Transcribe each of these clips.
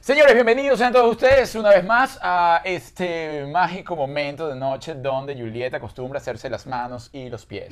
Señores, bienvenidos sean todos ustedes una vez más a este mágico momento de noche donde Julieta acostumbra hacerse las manos y los pies.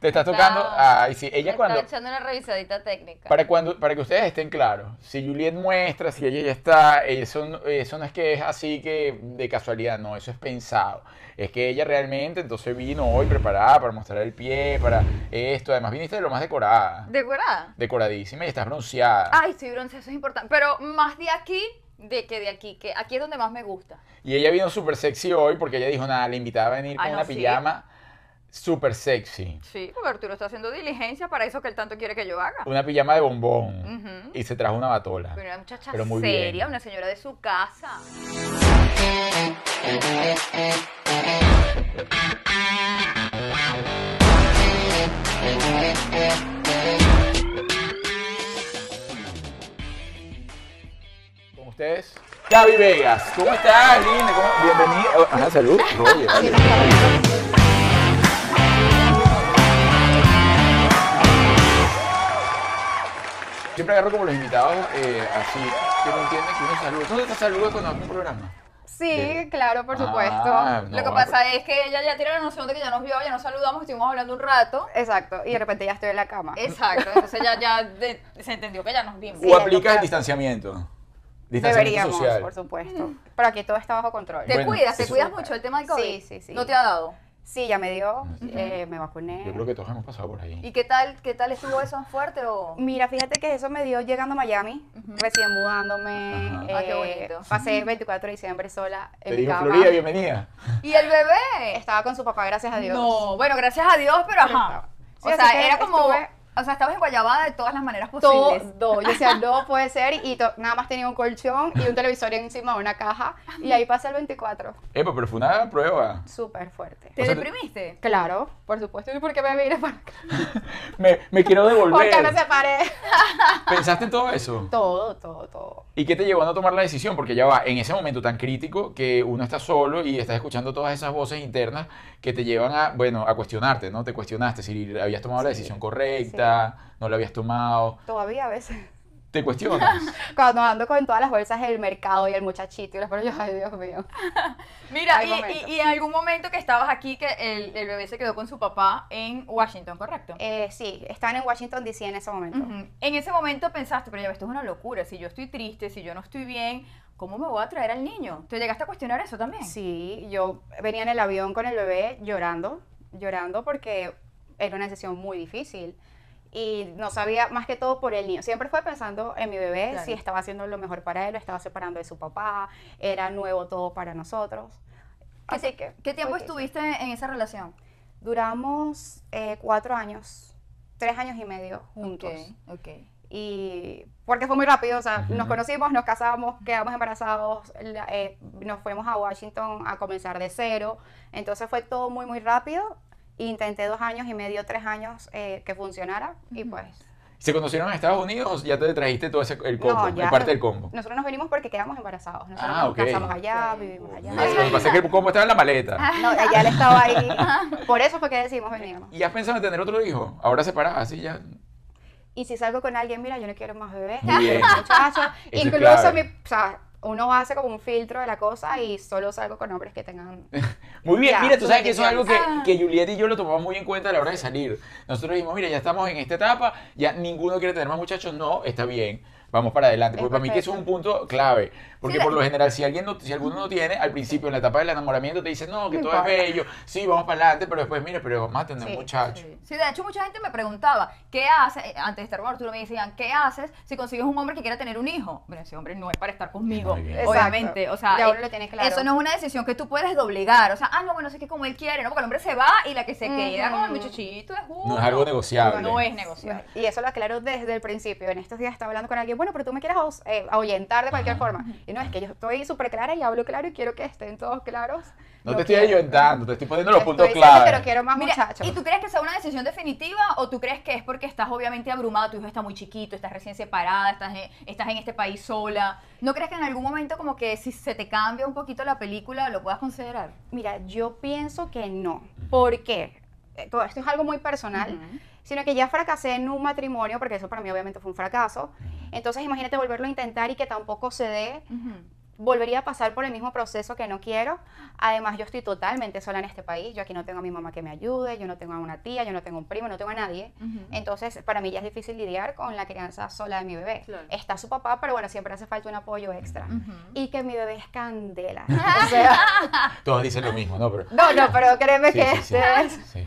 Te estás tocando. Bravo. Ay, sí, Le ella estaba cuando. echando una revisadita técnica. Para, cuando, para que ustedes estén claros, si Juliet muestra, si ella ya está, eso, no- eso no es que es así que de casualidad, no, eso es pensado. Es que ella realmente entonces vino hoy preparada para mostrar el pie, para esto. Además, viniste de lo más decorada, ¿Decorada? decoradísima y estás bronceada. Ay, estoy bronce, eso es importante. Pero más de aquí de que de aquí, que aquí es donde más me gusta. Y ella vino súper sexy hoy porque ella dijo, nada, la invitaba a venir Ah, con no, una sí. pijama súper sexy. Sí, porque Arturo está haciendo diligencia para eso que él tanto quiere que yo haga. Una pijama de bombón. Ujú. Y se trajo una batola. Pero una muchacha Pero muy seria, bien. una señora de su casa. Con ustedes, Gaby Vegas. ¿Cómo estás, linda? ¿Cómo- Bienvenida. Oh, Ajá, salud. Oye, vale. Siempre agarro como los invitados eh, así, que no entienden que uno saluda. ¿Dónde te saludas cuando haces un programa? Sí, Bien. claro, por Ah, supuesto. no, Lo que ah, pasa es que ella ya tiene la noción de que ya nos vio, ya nos saludamos, estuvimos hablando un rato. Exacto. Y de repente ya estoy en la cama. Exacto, entonces ya, ya de- se entendió que ya nos vimos. ¿O Sí, aplicas el claro. distanciamiento? Distanciamiento Deberíamos, social. por supuesto. Pero aquí todo está bajo control. Te Bueno, cuidas, te sí, cuidas súper. mucho el tema del COVID. Sí, sí, sí. No te ha dado. Sí, ya me dio, eh, me vacuné. Ah, Yo creo que todos hemos pasado por ahí. ¿Y qué tal, qué tal estuvo eso fuerte o? Mira, fíjate que eso me dio llegando a Miami, recién mudándome. eh, Ajá. Ah, qué bonito. Pasé 24 de diciembre sola Te en mi dijo cama. Florida, bienvenida. ¿Y el bebé? Estaba con su papá, gracias a Dios. No, bueno, gracias a Dios, pero ajá. o Sí, así sea, que era como, estuve- o sea, estabas en Guayabada de todas las maneras posibles. Todo, yo decía, no puede ser, y to- nada más tenía un colchón y un televisor encima de una caja, y ahí pasé el 24, Epa, pero fue una prueba. súper fuerte. ¿Te O sea, te- deprimiste? Claro, por supuesto, ¿y por qué me vine para acá? Me, me quiero devolver. Porque me separé. ¿Pensaste en todo eso? Todo, todo, todo. ¿Y qué te llevó a no tomar la decisión? Porque ya va, en ese momento tan crítico que uno está solo y estás escuchando todas esas voces internas que te llevan a, bueno, a cuestionarte, ¿no? Te cuestionaste si habías tomado la Sí, decisión correcta, no la habías tomado. Todavía a veces. Te cuestionas. Cuando ando con todas las bolsas del mercado y el muchachito y los yo, ay Dios mío. Mira, Hay y, momentos. y- y en algún momento que estabas aquí, que el, el bebé se quedó con su papá en Washington, ¿correcto? Eh, sí, están en Washington DC en ese momento. Ujú. En ese momento pensaste, pero ya, ves, esto es una locura, si yo estoy triste, si yo no estoy bien, ¿cómo me voy a traer al niño? ¿Te llegaste a cuestionar eso también? Sí, yo venía en el avión con el bebé llorando, llorando porque era una decisión muy difícil y no sabía más que todo por el niño. Siempre fue pensando en mi bebé, Claro. si estaba haciendo lo mejor para él, lo estaba separando de su papá, era nuevo todo para nosotros. ¿Qué, Así que ¿Qué tiempo fue difícil. estuviste en esa relación? Duramos eh, cuatro años, tres años y medio juntos. Ok, ok. Y porque fue muy rápido, o sea, nos Ujú. conocimos, nos casamos, quedamos embarazados, la- eh, nos fuimos a Washington a comenzar de cero. Entonces fue todo muy, muy rápido. Intenté dos años y medio, tres años eh, que funcionara y Ujú. pues ¿Se conocieron en Estados Unidos o ya te trajiste todo ese el combo, No, ya. el parte del combo? nosotros nos venimos porque quedamos embarazados. Nosotros Ah, nos ok. casamos allá, Ok. vivimos allá. Ah, Lo que pasa es que el combo estaba en la maleta. No, ella él estaba ahí. Por eso fue que decidimos venirnos. ¿Y has pensado en tener otro hijo? Ahora separada, así ya. Y si salgo con alguien, mira, yo no quiero más bebés, Muy bien. muchachos. es Incluso clave. mi, o sea, uno hace como un filtro de la cosa y solo salgo con hombres que tengan. Muy bien, Ya, mira, tú sabes que eso es algo que, bendiciones. que Juliet y yo lo tomamos muy en cuenta a la hora de salir. Nosotros dijimos, mira, ya estamos en esta etapa, ya ninguno quiere tener más muchachos, no, está bien, vamos para adelante. Es Porque para mí que eso es un punto clave, porque Sí, por la- lo general, si alguien no, si alguno no tiene, al principio en la etapa del enamoramiento te dicen, no, que No todo es importa. bello, sí, vamos para adelante, pero después, mira, pero vamos a tener Sí, muchachos. Sí. Sí, de hecho mucha gente me preguntaba, ¿qué haces? Eh, Antes de estar con Arturo me decían, ¿qué haces si consigues un hombre que quiera tener un hijo? Bueno, ese hombre no es para estar conmigo, Muy bien. obviamente. Exacto. O sea, Ya eh, uno lo tiene claro. eso no es una decisión que tú puedes doblegar. O sea, ah, no, bueno, sé que como él quiere, ¿no? Porque el hombre se va y la que se queda con el Ujú. muchachito es uno. No es algo negociable. No es negociable. Y eso lo aclaro desde el principio. En estos días estaba hablando con alguien, bueno, pero tú me quieres ahos- eh, ahuyentar de cualquier Ajá. forma. Y no, es que yo estoy súper clara y hablo claro y quiero que estén todos claros. No te estoy ayudando, te estoy poniendo los puntos claros. clave. Pero quiero más Mira, muchachos. ¿y tú crees que sea una decisión definitiva o tú crees que es porque estás obviamente abrumada, tu hijo está muy chiquito, estás recién separada, estás en, estás en este país sola? ¿No crees que en algún momento como que si se te cambia un poquito la película lo puedas considerar? Mira, yo pienso que no. ¿Por qué? Eh, Todo esto es algo muy personal, Ujú. sino que ya fracasé en un matrimonio, porque eso para mí obviamente fue un fracaso. Entonces imagínate volverlo a intentar y que tampoco se dé. Ujú. Volvería a pasar por el mismo proceso que no quiero. Además, yo estoy totalmente sola en este país. Yo aquí no tengo a mi mamá que me ayude, yo no tengo a una tía, yo no tengo a un primo, no tengo a nadie. Ujú. Entonces, para mí ya es difícil lidiar con la crianza sola de mi bebé. Claro. Está su papá, pero bueno, siempre hace falta un apoyo extra. Ujú. Y que mi bebé es candela. O sea, Todos dicen lo mismo, ¿no? Pero, no, no, pero créeme Sí, que sí, sí. este es sí.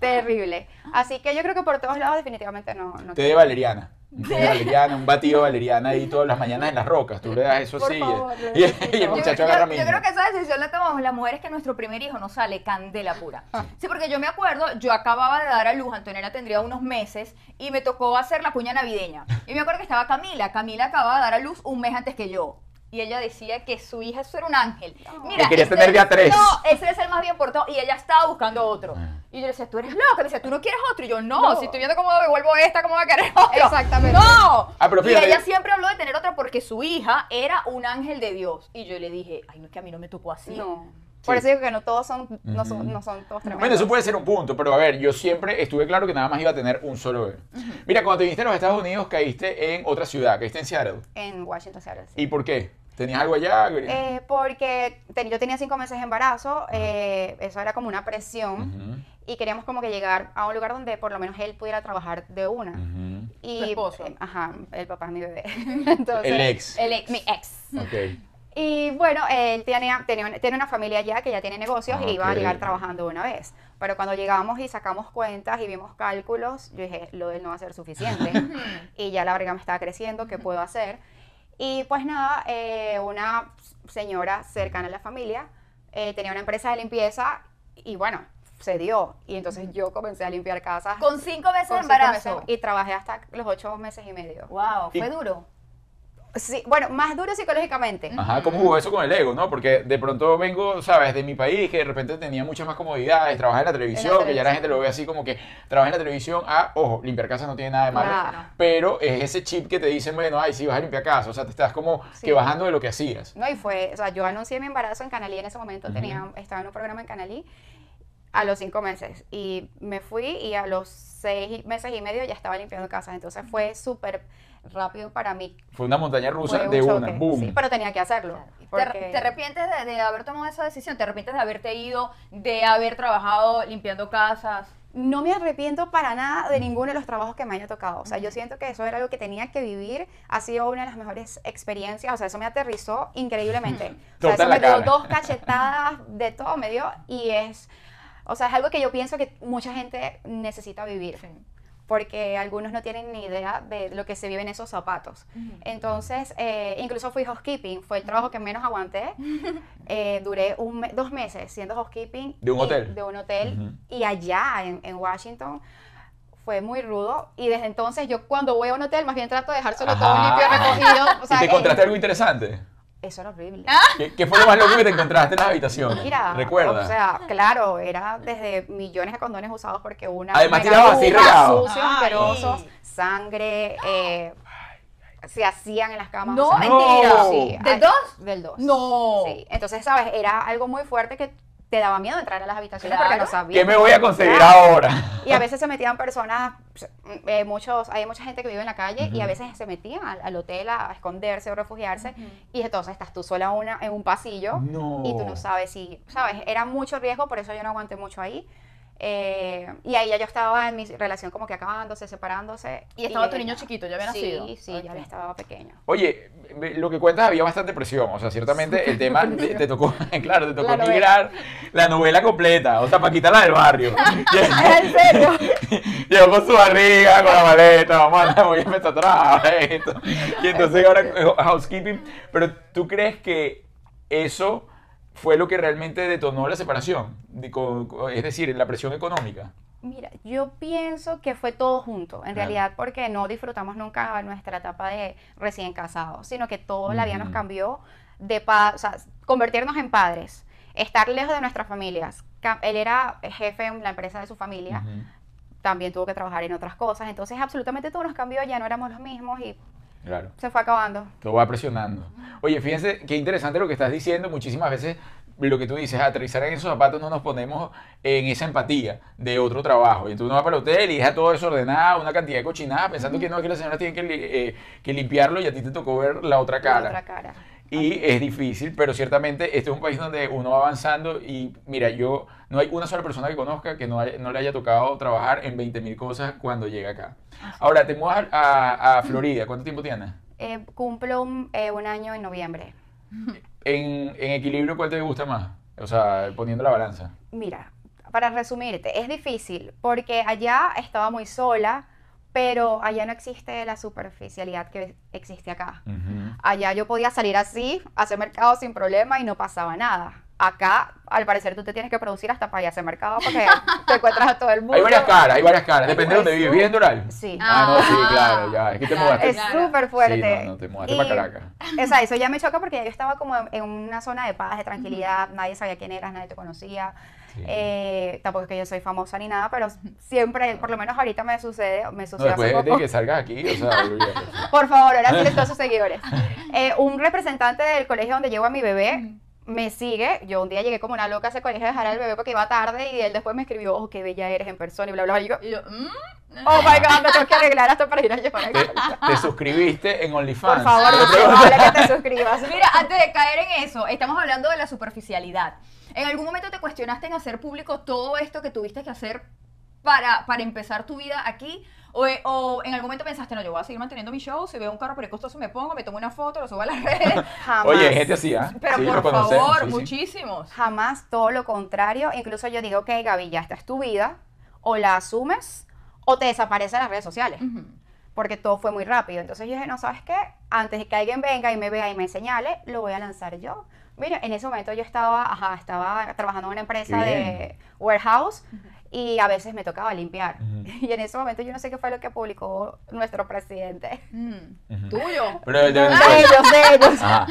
terrible. Así que yo creo que por todos lados definitivamente no. no Té de valeriana. Un té de valeriana, un batido de valeriana ahí todas las mañanas en las rocas. Tú le das eso Por así. favor, y, necesito. y el Yo- muchacho agarra mismo. yo creo que esa decisión la tomamos las mujeres que nuestro primer hijo no sale candela pura. Ah. Sí, porque yo me acuerdo, yo acababa de dar a luz, Antonella tendría unos meses y me tocó hacer la cuña navideña. Y me acuerdo que estaba Camila, Camila acababa de dar a luz un mes antes que yo. Y ella decía que su hija eso era un ángel. Mira, Que quería ese tener de a es- tres. No, ese es el más bien portado. Y ella estaba buscando otro. Ah. Y yo le decía, tú eres loca. Me decía, tú no quieres otro. Y yo, no, No. si estoy viendo cómo devuelvo esta, ¿cómo va a querer otro? Exactamente. ¡No! Ah, pero fíjate- Y ella siempre habló de tener otra porque su hija era un ángel de Dios. Y yo le dije, ay, no es que a mí no me tocó así. No. Por eso digo que no todos son, no son, Ujú. no son todos tremendos. Bueno, eso puede ser un punto, pero a ver, yo siempre estuve claro que nada más iba a tener un solo bebé. Mira, cuando te viniste a los Estados Unidos, caíste en otra ciudad, caíste en Seattle. En Washington se habla así. ¿Y por qué? ¿Tenías algo allá? Eh, porque ten- yo tenía cinco meses de embarazo, eh, eso era como una presión Ujú, y queríamos como que llegar a un lugar donde por lo menos él pudiera trabajar de una. ujú. Y, Tu esposo. eh, ajá, el papá de mi bebé. Entonces, El ex. El ex, mi ex. Ok. Y bueno, él tenía, tenía, un- tiene una familia ya que ya tiene negocios Ah, y iba a ok. llegar trabajando de una vez. Pero cuando llegamos y sacamos cuentas y vimos cálculos, yo dije, lo de él no va a ser suficiente. y ya la barriga me estaba creciendo, ¿qué puedo hacer? Y pues nada, eh, una señora cercana a la familia eh, tenía una empresa de limpieza y bueno, se dio. Y entonces yo comencé a limpiar casas. Con cinco meses con de cinco embarazo. meses y trabajé hasta los ocho meses y medio. Wow, fue Y- duro. Sí, bueno, más duro psicológicamente. Ajá, ¿cómo jugó eso con el ego, no? Porque de pronto vengo, sabes, de mi país, que de repente tenía muchas más comodidades, trabajaba en la televisión, que ya la televisión. gente lo ve así como que trabaja en la televisión, ah, ojo, limpiar casas no tiene nada de malo, Claro. pero es ese chip que te dicen, bueno, ay, sí, vas a limpiar casas, o sea, te estás como Sí. que bajando de lo que hacías. No, y fue, o sea, yo anuncié mi embarazo en Canalí en ese momento, tenía, estaba en un programa en Canalí a los cinco meses y me fui y a los seis meses y medio ya estaba limpiando casas, entonces fue súper rápido para mí. Fue una montaña rusa Fue un de una, choque, boom. Sí, pero tenía que hacerlo. ¿Te, porque- te arrepientes de, de haber tomado esa decisión? ¿Te arrepientes de haberte ido, de haber trabajado limpiando casas? no me arrepiento para nada de ninguno de los trabajos que me haya tocado. O sea, yo siento que eso era algo que tenía que vivir. Ha sido una de las mejores experiencias. O sea, eso me aterrizó increíblemente. O sea, Torta eso en la me dio cara. dos cachetadas de todo, me dio. Y es, o sea, es algo que yo pienso que mucha gente necesita vivir. Porque algunos no tienen ni idea de lo que se vive en esos zapatos. Entonces, eh, incluso fui housekeeping. Fue el trabajo que menos aguanté. Eh, duré un me- dos meses siendo housekeeping. ¿De un y- hotel? De un hotel Ujú. y allá en, en Washington fue muy rudo y desde entonces yo cuando voy a un hotel más bien trato de dejárselo todo Ajá. limpio recogido o sea, ¿Y te eh, encontraste algo interesante? eso era horrible ¿Qué, qué fue lo más loco que te encontraste en las habitaciones? mira Recuerda. o sea claro era desde millones de condones usados porque una Además, una tirabas así aguja, regado. sucios Ay. asquerosos sangre eh, se hacían en las camas No, o sea, mentira. sí, ¿Del ay, dos? del 2 No. sí. entonces sabes era algo muy fuerte que te daba miedo entrar a las habitaciones porque Claro. no sabías ¿Qué me voy a conseguir Claro. ahora? Y a veces se metían personas, eh, muchos, hay mucha gente que vive en la calle y a veces se metían al, al hotel a, a esconderse o refugiarse. Y entonces estás tú sola una, en un pasillo No. y tú no sabes si, ¿sabes? Era mucho riesgo, por eso yo no aguanté mucho ahí. Eh, y ahí ya yo estaba en mi relación como que acabándose, separándose. Y estaba tu ella- niño chiquito, ya había nacido. Sí, sí, ya Ok. él estaba pequeño. Oye, ve- lo que cuentas había bastante presión, o sea, ciertamente el tema te, te tocó, claro, te tocó La novela. migrar la novela completa, o sea, para quitarla del barrio. ¿En serio? Llegó con su barriga, con la maleta, mamá, la voy a meter atrás, esto. Y entonces ahora eh, housekeeping, pero ¿tú crees que eso fue lo que realmente detonó la separación? De- con- con- Es decir, la presión económica. Mira, yo pienso que fue todo junto, en Claro. realidad, porque no disfrutamos nunca nuestra etapa de recién casados, sino que toda la vida nos Ujú. cambió de pa- o sea, convertirnos en padres, estar lejos de nuestras familias. Ca- Él era jefe en la empresa de su familia, Ujú. también tuvo que trabajar en otras cosas, entonces absolutamente todo nos cambió, ya no éramos los mismos y Claro. se fue acabando. Lo va presionando. Oye, fíjense qué interesante lo que estás diciendo. Muchísimas veces lo que tú dices, aterrizar en esos zapatos no nos ponemos en esa empatía de otro trabajo. Y entonces uno va para el hotel y deja todo desordenado, una cantidad de cochinadas, pensando que no, que la señora tiene que, li- eh, que limpiarlo y a ti te tocó ver la otra cara. otra cara. Y es difícil, pero ciertamente este es un país donde uno va avanzando y mira, yo no hay una sola persona que conozca que no, haya- no le haya tocado trabajar en 20.000 cosas cuando llega acá. Ahora, te mudas a, a- a Florida, ¿cuánto tiempo tienes? Eh, cumplo un, eh, un año en noviembre. En, en equilibrio, ¿cuál te gusta más? O sea, poniendo la balanza. Mira, para resumirte, es difícil porque allá estaba muy sola, pero allá no existe la superficialidad que existe acá. Allá yo podía salir así, hacer mercado sin problema y no pasaba nada. Acá, al parecer, tú te tienes que producir hasta para ir a hacer mercado porque te encuentras a todo el mundo. Hay varias caras, hay varias caras, depende de dónde vives. ¿Vives en Doral? Sí. Ah, no, sí, claro, ya, es que te Claro, mudaste. Es súper fuerte. Sí, no, no, te mudaste Y- para Caracas. O sea, eso ya me choca porque ya yo estaba como en- en una zona de paz, de tranquilidad, nadie sabía quién eras, nadie te conocía. Sí. Eh, tampoco es que yo soy famosa ni nada, pero siempre, por lo menos ahorita me sucede, me No, sucede hace después de- de poco. que salgas aquí, o sea, olvídate. Por favor, ahora sí les doy a sus seguidores. Eh, un representante del colegio donde llevo a mi bebé me sigue. Yo un día llegué como una loca a ese colegio a dejar al bebé porque iba tarde y él después me escribió, oh, qué bella eres en persona y bla, bla, bla. Y yo, Y yo, mm, oh my God, me tengo que arreglar hasta para ir a llevar a te, te suscribiste en OnlyFans. Por favor, no es probable que te suscribas. Mira, antes de caer en eso, estamos hablando de la superficialidad. ¿En algún momento te cuestionaste en hacer público todo esto que tuviste que hacer para, para empezar tu vida aquí? O, eh, o en algún momento pensaste, no, yo voy a seguir manteniendo mi show, si veo un carro precostoso me pongo, me tomo una foto, lo subo a las redes? Jamás. Oye, gente así, ¿ah? Pero Sí, lo por conocemos, favor, sí, sí. muchísimos. Jamás, todo lo contrario. Incluso yo digo, ok, Gaby, ya esta es tu vida, o la asumes o te desaparecen las redes sociales, Ujú. porque todo fue muy rápido. Entonces yo dije, no, ¿sabes qué? Antes de que alguien venga y me vea y me señale, lo voy a lanzar yo. Mira, en ese momento yo estaba, ajá, estaba trabajando en una empresa Qué de warehouse y a veces me tocaba limpiar. Ujú. Y en ese momento yo no sé qué fue lo que publicó nuestro presidente. Mm. Ujú. Tuyo. Pero el de De Venezuela. ellos, de ellos. Ajá.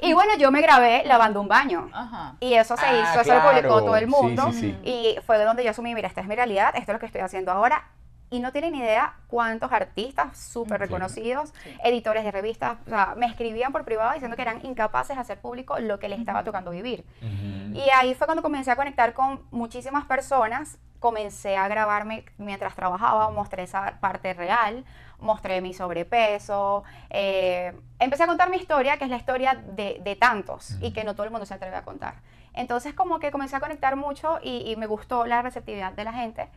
Y bueno, yo me grabé lavando un baño. Ajá. Y eso se Ah, hizo, eso lo claro. publicó todo el Sí, mundo. sí, sí. Y fue de donde yo asumí, mira, esta es mi realidad, esto es lo que estoy haciendo ahora. Y no tienen idea cuántos artistas súper Sí. reconocidos, Sí. editores de revistas, o sea, me escribían por privado diciendo que eran incapaces de hacer público lo que les estaba tocando vivir. Ujú. Y ahí fue cuando comencé a conectar con muchísimas personas. Comencé a grabarme mientras trabajaba, mostré esa parte real, mostré mi sobrepeso. eh, empecé a contar mi historia, que es la historia de, de tantos y que no todo el mundo se atreve a contar. Entonces como que comencé a conectar mucho y, y me gustó la receptividad de la gente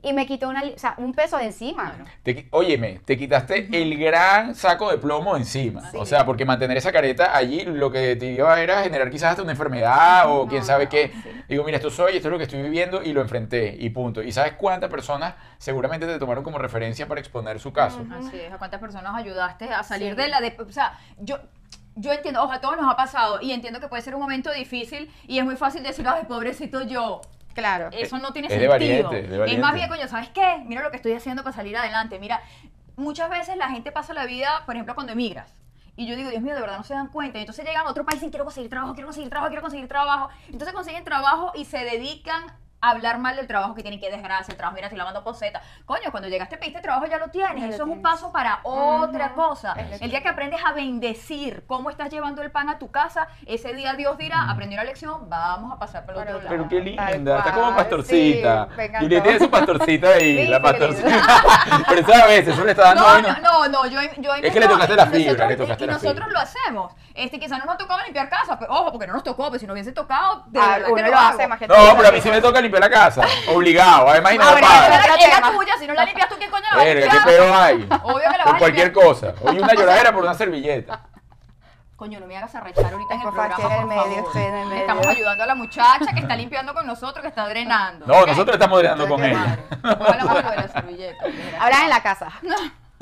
y me quitó una, li- o sea, un peso de encima. Claro. Te qui- óyeme, te quitaste el gran saco de plomo de encima. Sí. O sea, porque mantener esa careta allí lo que te iba era generar quizás hasta una enfermedad o No, quién sabe no, qué. Ah, sí. Digo, mira, esto soy, esto es lo que estoy viviendo y lo enfrenté y punto. ¿Y sabes cuántas personas seguramente te tomaron como referencia para exponer su caso? Ujú. Así es, ¿a cuántas personas ayudaste a salir Sí. de la... dep- o sea, yo, yo entiendo, ojo, a todos nos ha pasado y entiendo que puede ser un momento difícil y es muy fácil decir, ay, pobrecito yo. Claro. Eso no tiene Es de sentido. valiente, es de Es más valiente. bien, coño, ¿sabes qué? Mira lo que estoy haciendo para salir adelante. Mira, muchas veces la gente pasa la vida, por ejemplo, cuando emigras. Y yo digo, Dios mío, de verdad no se dan cuenta. Y entonces llegan a otro país y dicen, quiero conseguir trabajo, quiero conseguir trabajo, quiero conseguir trabajo. Entonces consiguen trabajo y se dedican a hablar mal del trabajo que tienen que desgracia, el trabajo, mira, estoy lavando poseta. Coño, cuando llegaste pediste trabajo ya lo tienes. Ya Eso lo es un tienes. paso para otra Ujú. cosa. Es lo El día que aprendes a bendecir cómo estás llevando el pan a tu casa, ese día Dios dirá, aprendí una lección, vamos a pasar por el otro Para otro Pero lado. qué Tal linda, está como cual, pastorcita. sí, me encantó. y le tiene su pastorcita ahí, Sí, la sí, pastorcita. Pero sabes, eso le está dando No, ahí, Ah, ¿no? no, no, no, yo, yo he Es que le tocaste la fibra, nosotros- le tocaste y la nosotros fibra. lo hacemos. Este, quizás no nos tocaba limpiar casa, pero, ojo, porque no nos tocó, pero si no hubiese tocado, de Ah, verdad que uno lo, lo hace hago. más que No, todo. pero a mí sí me toca limpiar la casa. Obligado. Además, y no me Ahora, Pero pagan. ahora- es la tema. tuya, si no la limpias tú, ¿quién coño la va a Verga, qué limpiar? peor hay. Obvio que la vas Por a cualquier limpiar. cosa. Hoy una lloradera por una servilleta. Coño, no me hagas arrechar ahorita en el Por favor, programa, estoy en el por medio, favor. estoy en el medio. Estamos ayudando a la muchacha que está limpiando con nosotros, que está drenando. No, ¿ok? nosotros estamos drenando Qué con ella. Madre, ojalá vuelva de la servilleta. mira. Hablas en la casa.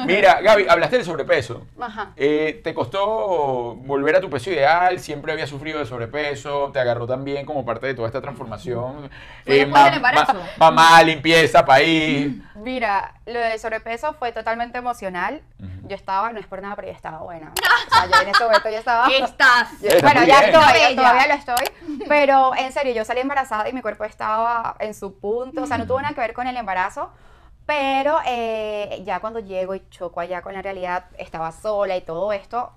Mira, Gaby, hablaste del sobrepeso. Ajá. Eh, ¿Te costó volver a tu peso ideal? ¿Siempre habías sufrido de sobrepeso? ¿Te agarró también como parte de toda esta transformación? Eh, Fue después del embarazo. mamá, limpieza, país. Mira, lo del sobrepeso fue totalmente emocional. Yo estaba, no es por nada, pero yo estaba buena. O sea, yo en ese momento yo estaba. ¿Qué estás? Está bueno, muy ya bien. estoy, Bella. todavía lo estoy. Pero en serio, yo salí embarazada y mi cuerpo estaba en su punto. O sea, no tuvo nada que ver con el embarazo. Pero eh, ya cuando llego y choco allá con la realidad, estaba sola y todo esto,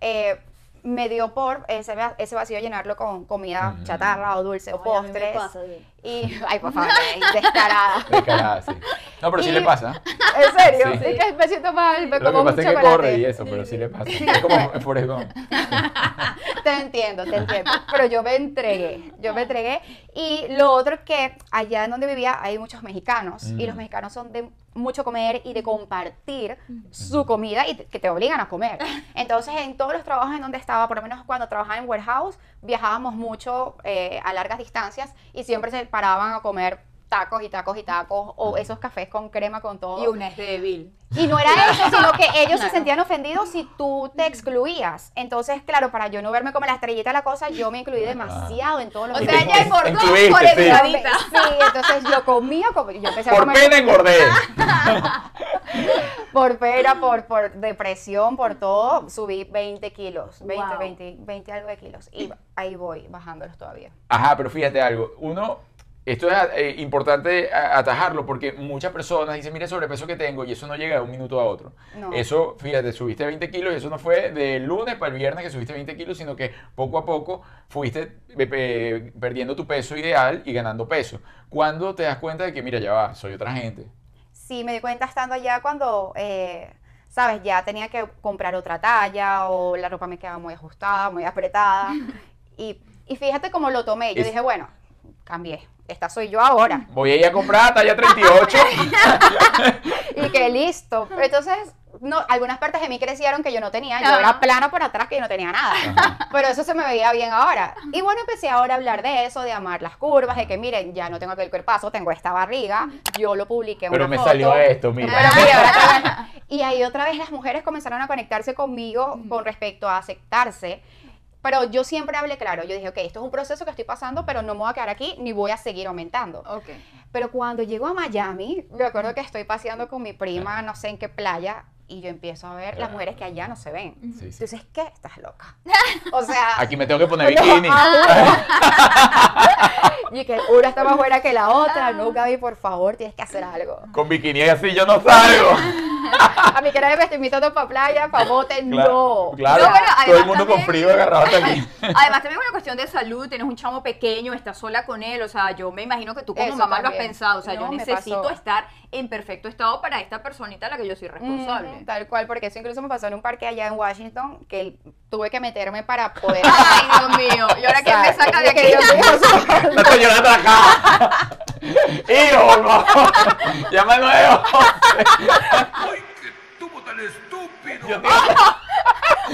eh, me dio por ese, va- ese vacío llenarlo con comida Ujú. chatarra o dulce o Ay, a mí me postres. pasa, sí. y, ay, por favor, descarada. De cara, sí. No, pero sí Y- le pasa. En serio, Sí. es que me siento mal, me Lo que como un pasa es que chocolate. corre y eso, pero sí le pasa. Es como Forrest Gump. Te entiendo, te entiendo. Pero yo me entregué, yo me entregué. Y lo otro es que allá en donde vivía hay muchos mexicanos y los Mm. mexicanos son de mucho comer y de compartir su comida y te- que te obligan a comer. Entonces, en todos los trabajos en donde estaba, por lo menos cuando trabajaba en warehouse, viajábamos mucho eh, a largas distancias y siempre se paraban a comer tacos y tacos y tacos o esos cafés con crema con todo. Y una es débil. Y no era eso, sino que ellos se Claro. sentían ofendidos si tú te excluías. Entonces, claro, para yo no verme como la estrellita de la cosa, yo me Ah. incluí demasiado en todos los O Sí, sea, sí, ella sí. engordó Incluiste, por sí. Yo el me- gordita. Sí, entonces yo comía como yo empecé a Por comer pena engordé. por pera, por, por depresión, por todo, subí 20 kilos, 20, Wow. 20, 20 algo de kilos y ahí voy bajándolos todavía. Ajá, pero fíjate algo. Uno, esto es eh, importante a- atajarlo porque muchas personas dicen, mira el sobrepeso que tengo y eso no llega de un minuto a otro. No. Eso, fíjate, subiste 20 kilos y eso no fue del lunes para el viernes que subiste 20 kilos, sino que poco a poco fuiste eh, eh, perdiendo tu peso ideal y ganando peso. Cuando te das cuenta de que, mira, ya va, soy otra gente. Sí, me di cuenta estando allá cuando, eh, sabes, ya tenía que comprar otra talla o la ropa me quedaba muy ajustada, muy apretada. Y, y fíjate cómo lo tomé. Yo Es- dije, bueno, cambié. Esta soy yo ahora. Voy a ir a comprar talla 38. Y que listo. Entonces, no, algunas partes de mí crecieron que yo no tenía. Yo Ajá. era plana por atrás que yo no tenía nada. Ajá. Pero eso se me veía bien ahora. Y bueno, empecé ahora a hablar de eso, de amar las curvas, de que miren, ya no tengo aquel cuerpazo, tengo esta barriga. Yo lo publiqué en Pero una me foto. salió esto, mira. Pero mira, ahora te van- Y ahí otra vez las mujeres comenzaron a conectarse conmigo con respecto a aceptarse. Pero yo siempre hablé claro. Yo dije, ok, esto es un proceso que estoy pasando, pero no me voy a quedar aquí ni voy a seguir aumentando. Ok. Pero cuando llego a Miami, me acuerdo que estoy paseando con mi prima, no sé en qué playa, y yo empiezo a ver las mujeres que allá no se ven. Sí, sí. Entonces, ¿qué? Estás loca. O sea, Aquí me tengo que poner No, bikini. y que una está más buena que la otra. No, Gaby, por favor, tienes que hacer algo. Con bikini así yo no salgo. A mí que nadie me está invitando para playa, para bote, Claro, no. claro. No, bueno, todo además el mundo también- con frío agarrado hasta aquí. Además, también es una cuestión de salud. Tienes un chamo pequeño, estás sola con él. O sea, yo me imagino que tú como Eso mamá lo has también. pensado. O sea, No, yo me necesito pasó. estar en perfecto estado para esta personita a la que yo soy responsable. Ujú, tal cual, porque eso incluso me pasó en un parque allá en Washington que tuve que meterme para poder. Ay, Dios mío. ¿Y ahora quién me Exacto. saca de Yo que aquí? Dios mío, La estoy llorando acá. Hijo, no. Llama al 911. ¡Ay, qué tuvo tan estúpido! Yo tengo-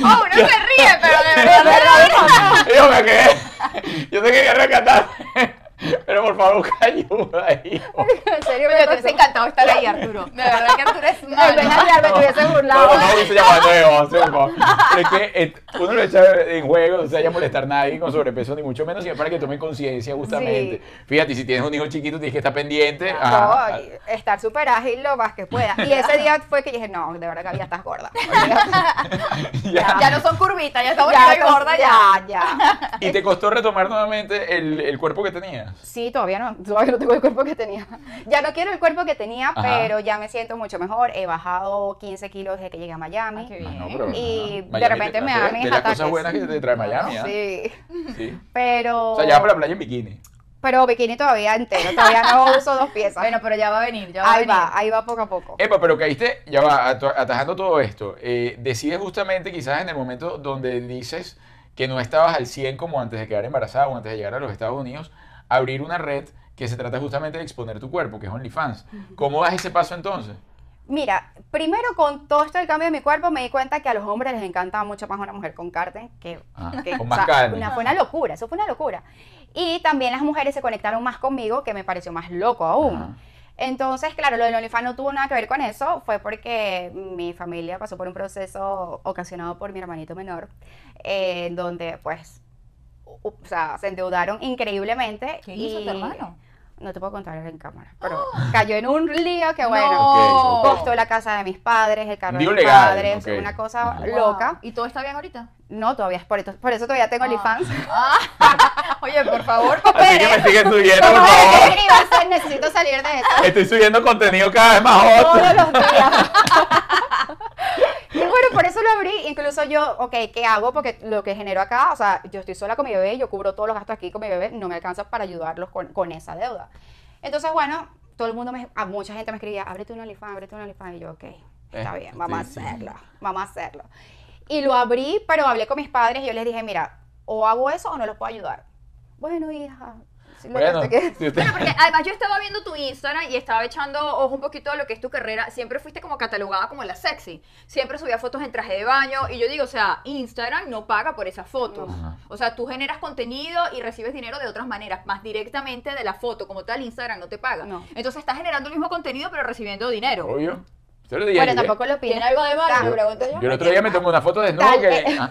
Oh, uno se ríe, pero de verdad. Hijo, me quedé. Yo te quería rescatar. Pero por favor, busca ayuda, hijo. en Yo serio, me te pasó. hubiese encantado estar ahí, Arturo. De verdad que Arturo es En vez de malo. hallarme, te hubiese burlado. No, no hubiese llamado al 911, por favor. Pero es que eh, uno lo echa en juego, no se vaya a molestar a nadie con sobrepeso, ni mucho menos, sino para que tomen conciencia justamente. Sí. Fíjate, y si tienes un hijo chiquito, tienes que estar pendiente. Ah, No, Ajá. y estar súper ágil lo más que pueda. Y ese día fue que dije, no, de verdad, Gaby, ya estás gorda. Ya. Ya no son curvitas, ya estamos Ya, muy gorda ya. ya, ya. ¿Y te costó retomar nuevamente el, el cuerpo que tenías? Sí, todavía no, todavía no tengo el cuerpo que tenía. Ya no quiero el cuerpo que tenía, Ajá. pero ya me siento mucho mejor. He bajado 15 kilos desde que llegué a Miami. Ah, qué Ah, bien. no, pero, Y de Miami te- repente me dan de- mis De las ataques. cosas buenas que te trae Miami, ¿ah? Sí, Sí. pero... O sea, ya para la playa en bikini. Pero bikini todavía entero, todavía no uso dos piezas. Bueno, pero ya va a venir, ya va a ahí venir. Eh. va, ahí va poco a poco. Epa, pero caíste, ya va, at- atajando todo esto. eh, decides justamente quizás en el momento donde dices que no estabas al 100 como antes de quedar embarazada o antes de llegar a los Estados Unidos, abrir una red que se trata justamente de exponer tu cuerpo, que es OnlyFans. ¿Cómo das ese paso entonces? Mira, primero con todo esto del cambio de mi cuerpo me di cuenta que a los hombres les encanta mucho más una mujer con carne que Ah, que- con o más sea, carne. una- fue una locura, eso fue una locura. Y también las mujeres se conectaron más conmigo, que me pareció más loco aún. Ajá. Entonces, claro, lo del OnlyFans no tuvo nada que ver con eso, fue porque mi familia pasó por un proceso ocasionado por mi hermanito menor, eh, donde pues, o sea, se endeudaron increíblemente. ¿Qué hizo y- tu hermano? No te puedo contar en cámara, pero cayó en un lío que bueno. No. Ok, ok. Costó la casa de mis padres, el carro de Lío mis legal, padres, ok. una cosa Ajá. loca. ¿Y todo está bien ahorita? No, todavía es por, esto- por eso todavía tengo Ah. OnlyFans. Ah, oye, por favor, Así que me coopere. siguen subiendo, Como por de que favor. escribas, necesito salir de eso Estoy subiendo contenido cada vez más hot. todos los días. y bueno, por eso lo abrí. Incluso yo, ok, ¿qué hago? Porque lo que genero acá, o sea, yo estoy sola con mi bebé, yo cubro todos los gastos aquí con mi bebé, no me alcanza para ayudarlos con, con esa deuda. Entonces, bueno, todo el mundo, me, a mucha gente me escribía, ábrete un OnlyFans, ábrete un OnlyFans. Y yo, ok, está Eh, bien, vamos sí, sí. a hacerlo, vamos a hacerlo. Y lo abrí, pero hablé con mis padres y yo les dije, mira, o hago eso o no los puedo ayudar. Bueno, hija, si lo que Bueno, te quede- si usted- Bueno, porque además yo estaba viendo tu Instagram y estaba echando ojo un poquito de lo que es tu carrera. Siempre fuiste como catalogada como la sexy. Siempre subía fotos en traje de baño. Y yo digo, o sea, Instagram no paga por esas fotos. Ajá. O sea, tú generas contenido y recibes dinero de otras maneras, más directamente de la foto. Como tal, Instagram no te paga. No. Entonces estás generando el mismo contenido, pero recibiendo dinero. Obvio. Yo lo dije Bueno, ayer. tampoco lo ¿Tiene pienso. algo de malo? Claro. Pregunto yo. Yo el otro día me tomé una foto desnuda Tal- que- ah,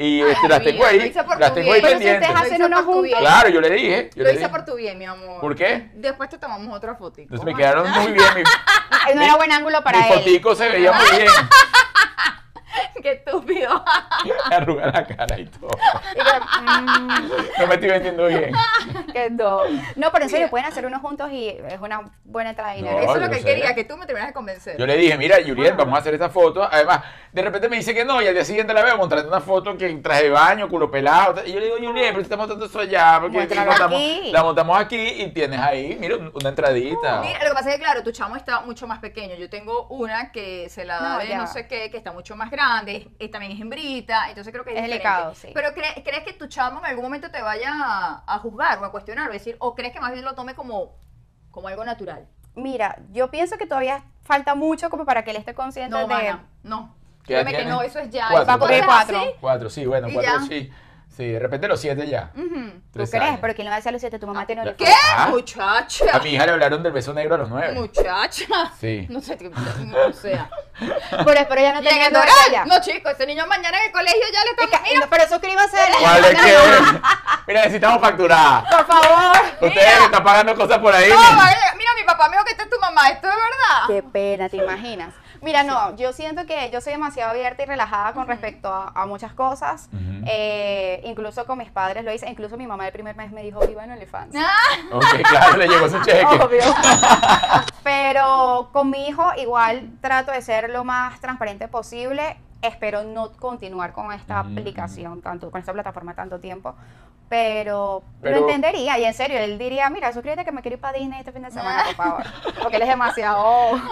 y este, Ay, las mira, tengo lo ahí. hice por Las tu tengo ahí bien. Pero si ustedes pendientes. hacen Lo hice unos por tu bien. juntos. Claro, yo le dije. Yo Lo le hice dije. por tu bien, mi amor. ¿Por qué? Después te tomamos otra fotito. Entonces me quedaron muy bien. Mi, Ay, no Mi- era buen ángulo para mi él. fotico se veía muy bien. Qué estúpido. Me arruga la cara y todo. Y mm. yo, No me estoy vendiendo bien. mm, que no. No, pero en serio, pueden hacer unos juntos y es una buena entrada de dinero. No, Eso es yo lo que sé. quería, que tú me terminas de convencer. Oh, Yo le dije, mira, Juliet, vamos a hacer esta foto. Además, de repente me dice que no, y al día siguiente la veo mostrando una foto que en traje de baño, culo pelado. Y yo le digo, Juliet, pero estamos mostrando eso allá, porque Muéstralo la montamos, aquí. la montamos aquí y tienes ahí, mira, un- una entradita. Uh, Mira, lo que pasa es que, claro, tu chamo está mucho más pequeño. Yo tengo una que se la da No, de ya no va. sé qué, que está mucho más grande, es- es- también es hembrita, entonces creo que es, Es diferente. delicado, sí. Pero cre- ¿crees que tu chamo en algún momento te vaya a, a juzgar o a cuestionar o decir, o crees que más bien lo tome como, como algo natural? Mira, yo pienso que todavía falta mucho como para que él esté consciente No, de... mana, no. ¿Qué edad Créeme que tiene? no, eso es ya. Cuatro. Va a cumplir Cosas así. cuatro. Cuatro, sí, bueno, Y cuatro, ya. Mm, sí. Sí, de repente los siete ya. Ujú. ¿Tú Tres crees? años. Pero ¿quién le va a decir a los siete? Tu mamá tiene Ya. ¿Qué? orificio. Ah. Muchacha. A mi hija le hablaron del beso negro a los nueve. Muchacha. Sí. No sé, qué- o sea. Pero espero ya no Y en tenga el nada Doral, ya. No, chicos, ese niño mañana en el colegio ya le Y estamos. que- no, Pero suscríbase. a la- ¿Cuál es que? Mira, necesitamos facturar. Por favor. Ustedes me están pagando cosas por ahí. No, vale, mira, mi papá me dijo que esta es tu mamá, esto es verdad. Qué pena, ¿te imaginas? Mira, no, yo siento que yo soy demasiado abierta y relajada con respecto a, a muchas cosas. Ujú. Eh, incluso con mis padres lo hice. Incluso mi mamá el primer mes me dijo, viva en OnlyFans. Ok, claro, le llegó su cheque. Obvio. Pero con mi hijo igual trato de ser lo más transparente posible. Espero no continuar con esta Ujú, aplicación, tanto con esta plataforma tanto tiempo. Pero, Pero- lo entendería y en serio, él diría, mira, suscríbete que me quiero ir para Disney este fin de semana, por favor. Porque él es demasiado...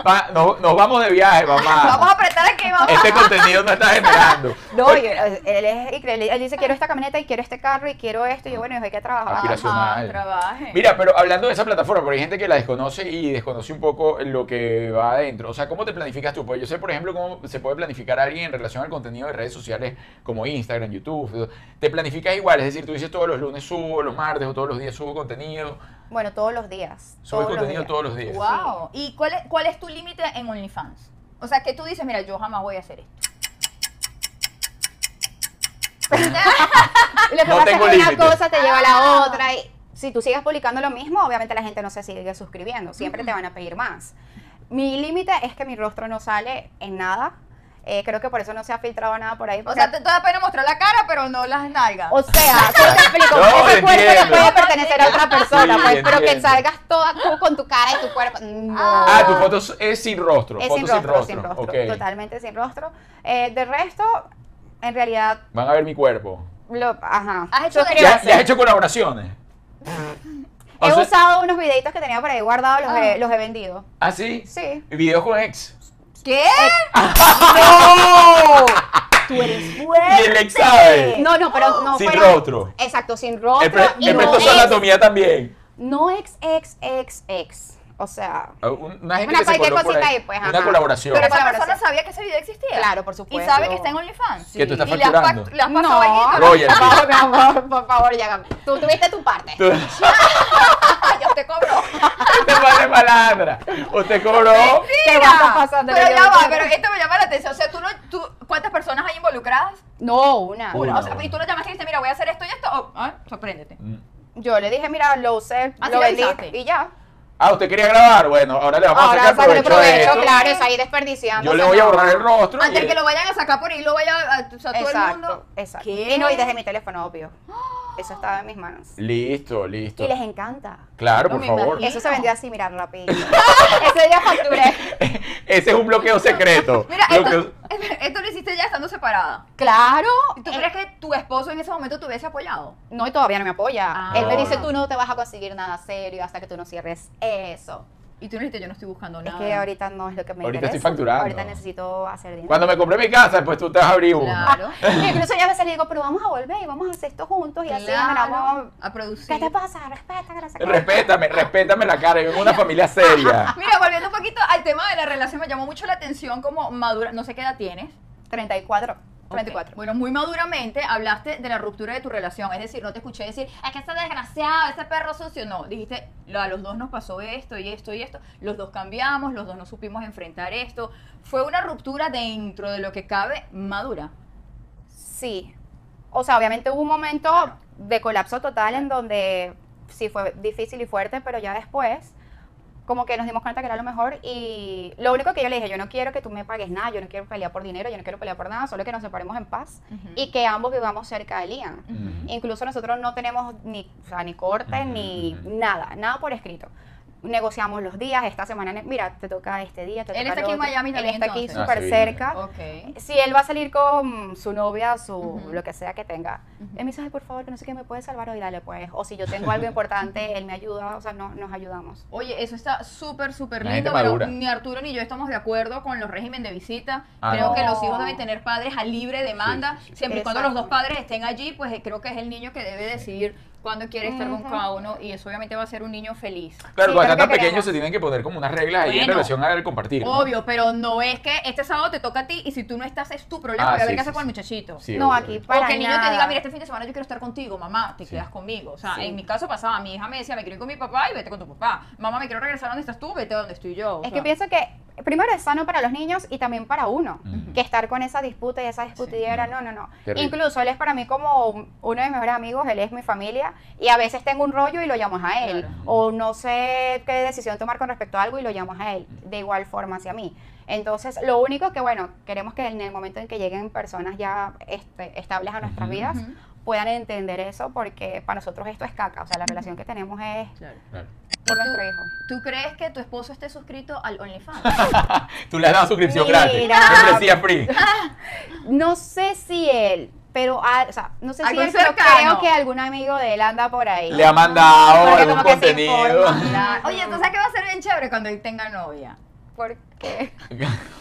Pa- nos, nos vamos de viaje, mamá. Vamos a apretar aquí, mamá. Este contenido no está generando. No, y él, él es increíble. Él dice, quiero esta camioneta y quiero este carro y quiero esto. Y yo, bueno, hijo, hay que trabajar. Aspiración. Aspiracional. Ah, trabaje. Mira, pero hablando de esa plataforma, porque hay gente que la desconoce y desconoce un poco lo que va adentro. O sea, ¿cómo te planificas tú? Pues yo sé, por ejemplo, cómo se puede planificar a alguien en relación al contenido de redes sociales como Instagram, YouTube. Te planificas igual, es decir, tú dices todos los lunes subo, los martes o todos los días subo contenido. Bueno, todos los días. Subes todos los contenido días. todos los días. Wow. ¿Y cuál es, cuál es tu límite en OnlyFans? O sea, que tú dices, mira, yo jamás voy a hacer esto. Y Lo que No pasa tengo es que límites. una cosa te lleva a la Ah. otra. Y si tú sigues publicando lo mismo, obviamente la gente no se sigue suscribiendo. Siempre te van a pedir más. Mi límite es que mi rostro no sale en nada. Eh, creo que por eso no se ha filtrado nada por ahí. O porque- sea, te, te da pena mostrar la cara, pero no las nalgas. O sea, ¿cómo te explico? No, Ese te cuerpo entiendo. no puede pertenecer a otra persona, Sí, pues, pero que entiendo. salgas toda tú con tu cara y tu cuerpo. No. Ah, tu foto es sin rostro. Es foto sin rostro, sin Ok. rostro, totalmente sin rostro. Eh, de resto, en realidad, Van a ver mi cuerpo. lo, ajá. ¿Has hecho Suscríbete. ¿Ya, Gracias. ya has hecho colaboraciones? O He sea- usado unos videitos que tenía por ahí guardados, los, Ah. he, los he vendido. ¿Ah, sí? Sí. ¿Videos con ex? ¡Oh! ¿Qué? Eh, Tú eres Y el ex sabe. Este. No, no, pero no Sin fueron- rostro. Exacto, sin rostro. El, pre- y el no prestó su ex- anatomía también. No ex, ex, ex, ex. O sea, Ah, un- Una gente que Una se cualquier coló por cosita ahí. ahí, pues, Una ajá. colaboración. Pero esa Colaboración. persona sabía que ese video existía. Claro, por Y supuesto. sabe que está en OnlyFans. Que tú estás Y le has fac- facturando. le has no, pasado bajito, ¿no? Royalty. por favor, mi amor, por favor, ya. Tú tuviste tu parte. Tú- Yo te cobro. Usted vale malandra. Usted cobró. ¿Qué Mira, guapo pasando? Pero Yo- ya va, pero esto me llama la atención. O sea, tú no, tú, ¿cuántas personas hay involucradas? No, una. Una. O sea, y tú lo llamaste y dijiste, mira, voy a hacer esto y esto. Oh, ah, sorpréndete. Yo le dije, mira, lo usé, Ah, sí lo le vendí avisaste. y ya. Ah, usted quería grabar. Bueno, ahora le vamos a Ahora sacar sácale provecho, a provecho, esto. claro, es ahí desperdiciando. Yo le voy a borrar el rostro. Antes y- que lo vayan a sacar por ahí, lo vaya a, a- o sea, todo el Exacto, mundo. exacto. ¿Qué? Y no, y desde mi teléfono, obvio. Eso estaba en mis manos. Listo, listo. Y les encanta. Claro, No por me favor. imagino. Eso se vendía así, mirar rápido. Ese día facturé. Ese es un bloqueo secreto. Mira, Bloqueo- esto, esto lo hiciste ya estando separada. Claro. ¿Tú eh, crees que tu esposo en ese momento te hubiese apoyado? No, y todavía no me apoya. Ah. Él me No. dice, tú no te vas a conseguir nada serio hasta que tú no cierres eso. Y tú le dijiste, yo no estoy buscando Es nada. que ahorita no es lo que me Ahorita estoy interesa. facturando. Ahorita necesito hacer dinero. Cuando me compré mi casa, pues tú te vas a abrir uno. Claro. Incluso yo a veces le digo, pero vamos a volver y vamos a hacer esto juntos y así Claro, ganamos. a producir. ¿Qué te pasa? Respeta, que no sé qué. Respétame, respétame la cara. Yo vengo de una familia seria. Mira, volviendo un poquito al tema de la relación, me llamó mucho la atención como madura, no sé qué edad tienes. 34. 24. 34. Bueno, muy maduramente hablaste de la ruptura de tu relación. Es decir, no te escuché decir, es que ese desgraciado, ese perro sucio. No, dijiste, "Lo- a los dos nos pasó esto y esto y esto. Los dos cambiamos, los dos no supimos enfrentar esto. Fue una ruptura dentro de lo que cabe madura. Sí. O sea, obviamente hubo un momento de colapso total en donde sí fue difícil y fuerte, pero ya después como que nos dimos cuenta que era lo mejor y lo único que yo le dije, yo no quiero que tú me pagues nada, yo no quiero pelear por dinero, yo no quiero pelear por nada, solo que nos separemos en paz Ujú. y que ambos vivamos cerca de Lian. Mm. Incluso nosotros no tenemos ni, o sea, ni corte, Ujú, ni ujú. nada, nada por escrito. Negociamos los días, esta semana, ne- mira, te toca este día, te Él toca está el aquí en otro. Miami Él también, está aquí entonces. Ah, súper sí, viene. cerca Ok. si él va a salir con su novia, su Ujú. lo que sea que tenga, Ujú. él me dice, ay, por favor, que no sé qué me puede salvar hoy, dale pues. O si yo tengo algo importante, él me ayuda, o sea, no, nos ayudamos. Oye, eso está súper, súper La gente lindo, pero madura. ni Arturo ni yo estamos de acuerdo con los régimen de visita. Ah, creo no. que los hijos deben tener padres a libre demanda. Sí, sí, sí. Siempre y cuando los dos Exacto. padres estén allí, pues eh, creo que es el niño que debe decidir cuándo quiere estar con Ujú. cada uno y eso obviamente va a ser un niño feliz. Claro, Sí, cuando creo están tan que pequeños queremos. se tienen que poner como unas reglas ahí en Bueno, relación al compartir. ¿no? Obvio, pero no es que este sábado te toca a ti y si tú no estás es tu problema. Ah, voy a sí, ver sí, qué hacer con el sí. muchachito. Sí, no, obvio. aquí O para que el niño te nada. diga, mira, este fin de semana yo quiero estar contigo, mamá, te Sí. quedas conmigo. O sea, Sí. en mi caso pasaba, mi hija me decía, me quiero ir con mi papá y vete con tu papá. Mamá, me quiero regresar a donde estás tú, vete a donde estoy yo. O Es sea, que pienso que primero es sano para los niños y también para uno, Ujú. que estar con esa disputa y esa discutidiera, Sí. no, no, no. Terrible. Incluso él es para mí como un- uno de mis mejores amigos, él es mi familia y a veces tengo un rollo y lo llamo a él, Claro. o no sé qué decisión tomar con respecto a algo y lo llamo a él, de igual forma hacia mí. Entonces, lo único que, bueno, queremos que en el momento en que lleguen personas ya este, estables a nuestras Ujú. vidas, Ujú. puedan entender eso, porque para nosotros esto es caca, o sea, la relación que tenemos es Claro. Claro. por nuestro hijo. ¿Tú crees que tu esposo esté suscrito al OnlyFans? Tú le has dado suscripción Mira. gratis. Membresía free. No sé si él, pero a- o sea, no sé si Algún él, pero cercano. creo que algún amigo de él anda por ahí. Le ha mandado Porque algún como que se contenido. informa. Oye, ¿tú sabes que va a ser bien chévere cuando él tenga novia? ¿Por qué?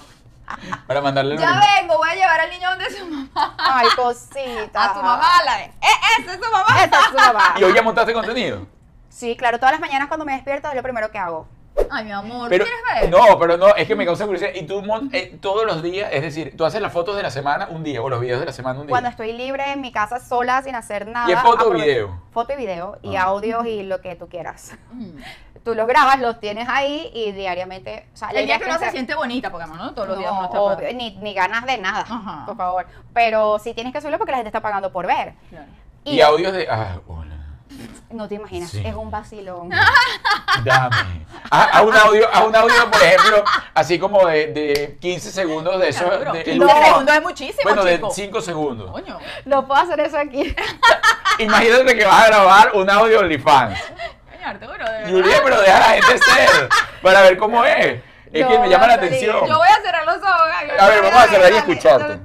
Para mandarle Ya un- vengo, voy a llevar al niño donde su mamá. Ay, cosita. A tu mamá la vez. ¡Eh, ese es tu mamá! Esa es su mamá. Y hoy ya montaste contenido. Sí, claro, todas las mañanas cuando me despierto es lo primero que hago. Ay, mi amor, Pero, ¿tú quieres ver? no, pero no, es que me causa curiosidad. Y tú mon- eh, todos los días, es decir, tú haces las fotos de la semana un día o los videos de la semana un día. Cuando estoy libre en mi casa sola, sin hacer nada. ¿Y es foto o aprove- video? Foto y video, y Ah. audios y lo que tú quieras. Mm. Tú los grabas, los tienes ahí y diariamente. O sea, la El idea día es que uno se pensar- siente bonita, porque no, todos los días No, uno está obvio, para- ni, ni ganas de nada, Ajá. por favor. Pero sí tienes que subirlo porque la gente está pagando por ver. Claro. Y audios de. Ah, hola. No te imaginas, Sí. es un vacilón. Dame. A, un audio, a un audio, por ejemplo, así como de, de 15 segundos de eso. Claro, de- 15 el- segundos es muchísimo, Bueno, de chico. 5 segundos. Coño. No puedo hacer eso aquí. Imagínate que vas a grabar un audio OnlyFans. Coño, Arturo, de verdad. Julia, pero deja a la gente ser para ver cómo es. Es que No, me llama la Anthony, atención. Yo voy a cerrar los ojos. A A ver, vamos a cerrar y escucharte.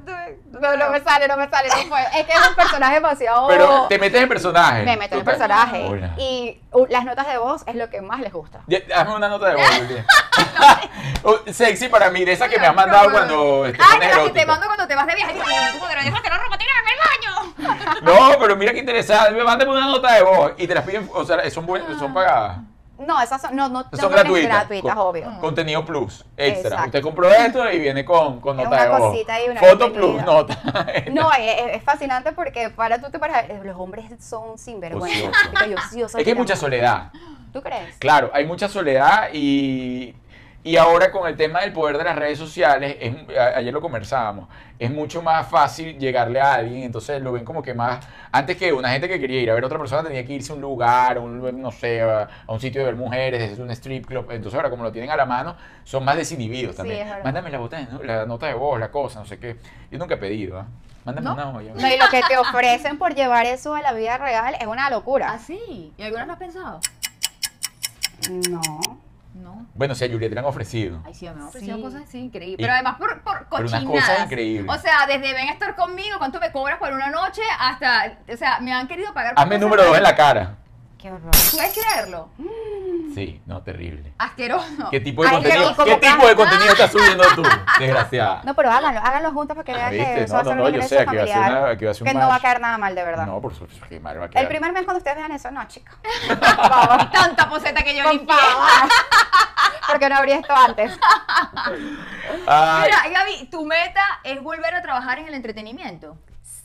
No, no me sale, no me sale. No puedo. Es que es un personaje demasiado. Pero te metes en personaje. Me meto en Total. el personaje. Hola. Y uh, las notas de voz es lo que más les gusta. Ya, Hazme una nota de voz. Julia. Oh, Sexy para mí, de esa que me has mandado cuando este, Ay, pones de las que erótica. te mando cuando te vas de viaje. Tú como que no dejaste la ropa tirada en el baño. No, pero mira qué interesante. Me mandan una nota de voz y te las piden, o sea, son, buen- Ah. son pagadas. No, esas son, no, no, no Son creo que es gratuitas. gratuitas, Con- obvio. Contenido plus, extra. Exacto. Usted compró esto y viene con, con Es nota de una voz. cosita y una Foto plus, bienvenida. nota. No, es, es fascinante porque para tú te paras. eh, Los hombres son sinvergüenza. Ociosos. Chicos, y ociosos, es que hay chicas. mucha soledad. ¿Tú crees? Claro, hay mucha soledad y, y ahora con el tema del poder de las redes sociales, es- a- ayer lo conversábamos, es mucho más fácil llegarle a alguien, entonces lo ven como que más, antes que una gente que quería ir a ver a otra persona tenía que irse a un lugar, a un, no sé, a, a un sitio de ver mujeres, desde un strip club, entonces ahora como lo tienen a la mano, son más desinhibidos Sí, también. es verdad. Mándame la, bota de no- la nota de voz, la cosa, no sé qué. Yo nunca he pedido, ¿ah? Mándame ¿No? una olla. No, y lo que te ofrecen por llevar eso a la vida ¿Ah, real es una locura. Así. ¿Y alguna no has pensado? No. No. Bueno, si a Juliet le han ofrecido. Ay, sí, me han ofrecido Sí. cosas así increíbles. Y- Pero además por, por pero unas cochinadas. cosas increíbles. O sea, desde ven a estar conmigo, cuánto me cobras por una noche, hasta. O sea, me han querido pagar. por Hazme cosas número dos en la cara. Qué horror. ¿Puedes creerlo? Sí, no, terrible. Asqueroso. ¿Qué tipo de Ay, contenido, pero como ¿qué cada- tipo de contenido estás subiendo tú? Desgraciada. No, pero háganlo, háganlo juntos porque vean que ¿Viste? eso No, va a no, ser no, un yo ingreso sé que va a ser familiar, una- que va a ser un que no va a match. caer nada mal, de verdad. No, por supuesto, qué mal va a El quedar. primer mes cuando ustedes vean eso, no, chicos. Por favor. Tanta poseta que yo Por limpié. favor. Porque no habría esto antes. Ay, Mira, Gaby, tu meta es volver a trabajar en el entretenimiento.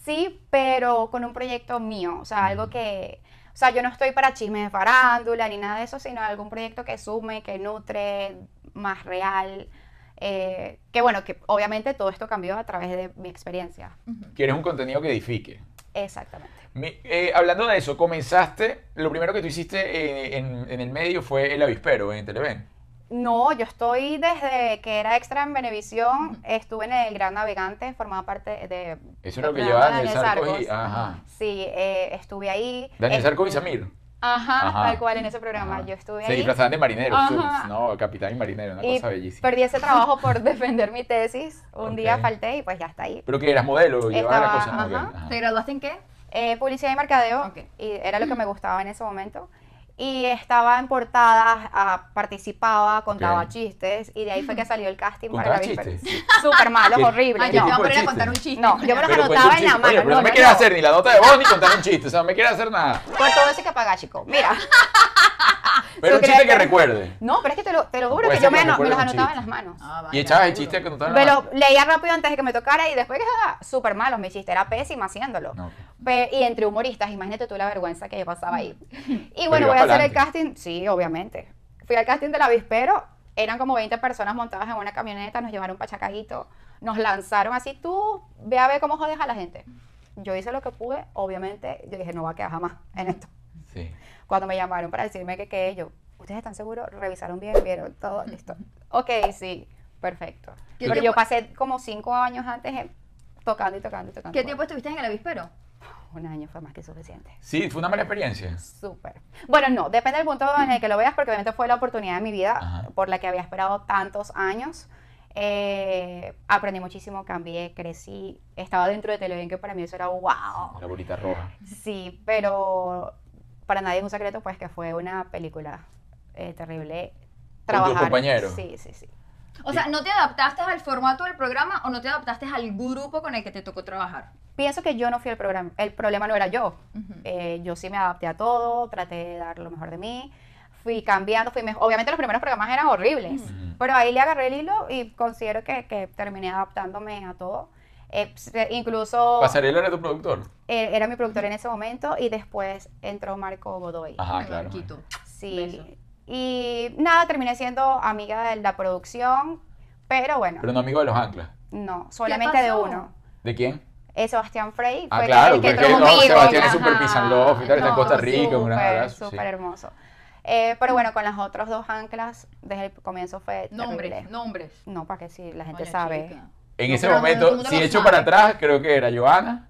Sí, pero con un proyecto mío, o sea, Mm. algo que, o sea, yo no estoy para chismes de farándula ni nada de eso, sino algún proyecto que sume, que nutre, más real, eh, que bueno, que obviamente todo esto cambió a través de mi experiencia, quieres un contenido que edifique. exactamente. Mi- eh, hablando de eso, comenzaste, lo primero que tú hiciste eh, en, en el medio fue el avispero en Televen. No, yo estoy desde que era extra en Venevisión, estuve en el Gran Navegante, formaba parte de... Eso era lo que del llevaba programa Daniel de Sarco y... Sarcos. Ajá. Sí, eh, estuve ahí. Daniel eh, Sarco y Samir. Ajá, Ajá. tal cual en ese programa, Ajá. yo estuve Se ahí. disfrazaban de marineros, Ajá. suits, ¿no? Capitán y marinero, una y cosa bellísima. perdí ese trabajo por defender mi tesis. Un día Ok. falté y pues ya está ahí. Pero que eras modelo, llevabas las Estaba- cosas ajá. modernas. ajá. ¿Ah? ¿Te graduaste en qué? Eh, publicidad y mercadeo, Ok. y era lo que me gustaba en ese momento. Y estaba en portadas, ah, participaba, contaba Ok. chistes, y de ahí fue que salió el casting para la ¿Contabas víspera. chistes? Súper malos, ¿Qué- horribles. Ay, ¿Qué yo me Ah, voy a tipo de poner chiste? a contar un chiste. Ah, No, yo me los Pero cuenta un anotaba en la chiste. Oye, mano. pero no, no, me no, quieres no. hacer ni la nota de voz ni contar un chiste, o sea, no me quieres hacer nada. Por todo eso que paga, chico. Mira. Pero ¿Tú un chiste crees que que- recuerde. No, pero es que te lo, te lo juro Puede que ser yo que me, ano- me recuerdes los un anotaba en las chiste. manos. Ah, vaya, Y echabas el seguro. chiste que contaban. Me lo leía rápido antes de que me tocara y después ah, súper malos mi chiste, era pésima haciéndolo. No. Pe- y entre humoristas, imagínate tú la vergüenza que yo pasaba ahí. Y Pero bueno, iba voy a hacer pa'lante. el casting, sí, obviamente. Fui al casting del avispero, eran como 20 personas montadas en una camioneta, nos llevaron para Chacaguito, nos lanzaron así, tú ve a ver cómo jodes a la gente. Yo hice lo que pude, obviamente, yo dije, no va a quedar jamás en esto. Sí. Cuando me llamaron para decirme que qué, yo, ¿ustedes están seguros? Revisaron bien, vieron todo, listo. Ok, sí, perfecto. ¿Qué Pero tiempo- yo pasé como cinco años antes eh, tocando y tocando y tocando. ¿Qué tiempo estuviste en el avispero? Un año fue más que suficiente. Sí, fue una mala experiencia. Súper. Bueno, no, depende del punto en el que lo veas, porque obviamente fue la oportunidad de mi vida Ajá. por la que había esperado tantos años. Eh, aprendí muchísimo, cambié, crecí, estaba dentro de Televen, que para mí eso era wow. La bolita roja. Sí, pero para nadie es un secreto, pues que fue una película eh, terrible. tus Trabajar. compañeros? Sí, sí, sí. O sea, ¿no te adaptaste al formato del programa o no te adaptaste al grupo con el que te tocó trabajar? Pienso que yo no fui el programa, el problema no era yo. Eh, yo sí me adapté a todo, traté de dar lo mejor de mí, fui cambiando, fui mejor. Obviamente los primeros programas eran horribles, Ujú. pero ahí le agarré el hilo y considero que, que terminé adaptándome a todo. Eh, se- incluso Pasarela era tu productor. eh, era mi productor en ese momento y después entró Marco Godoy. Ajá, Ay, Ah, claro. Marquito. Sí. Beso. Y nada, terminé siendo amiga de la producción, pero bueno, Pero no amigo de los anclas. no, solamente de pasó? uno. ¿De quién? Eh, Sebastián Frey Ah, fue claro, el que porque entró no, conmigo. Sebastián es ajá. súper pisan love y tal, está en No, Costa Rica, un gran Súper, abrazo. sí. súper hermoso. Eh, pero bueno, con las otras dos anclas, desde el comienzo fue Nombres, terrible. nombres. No, para que si la gente Coño, sabe. chica. En No, ese pero todo el momento, mundo si lo echo sabe. para atrás, creo que era Joana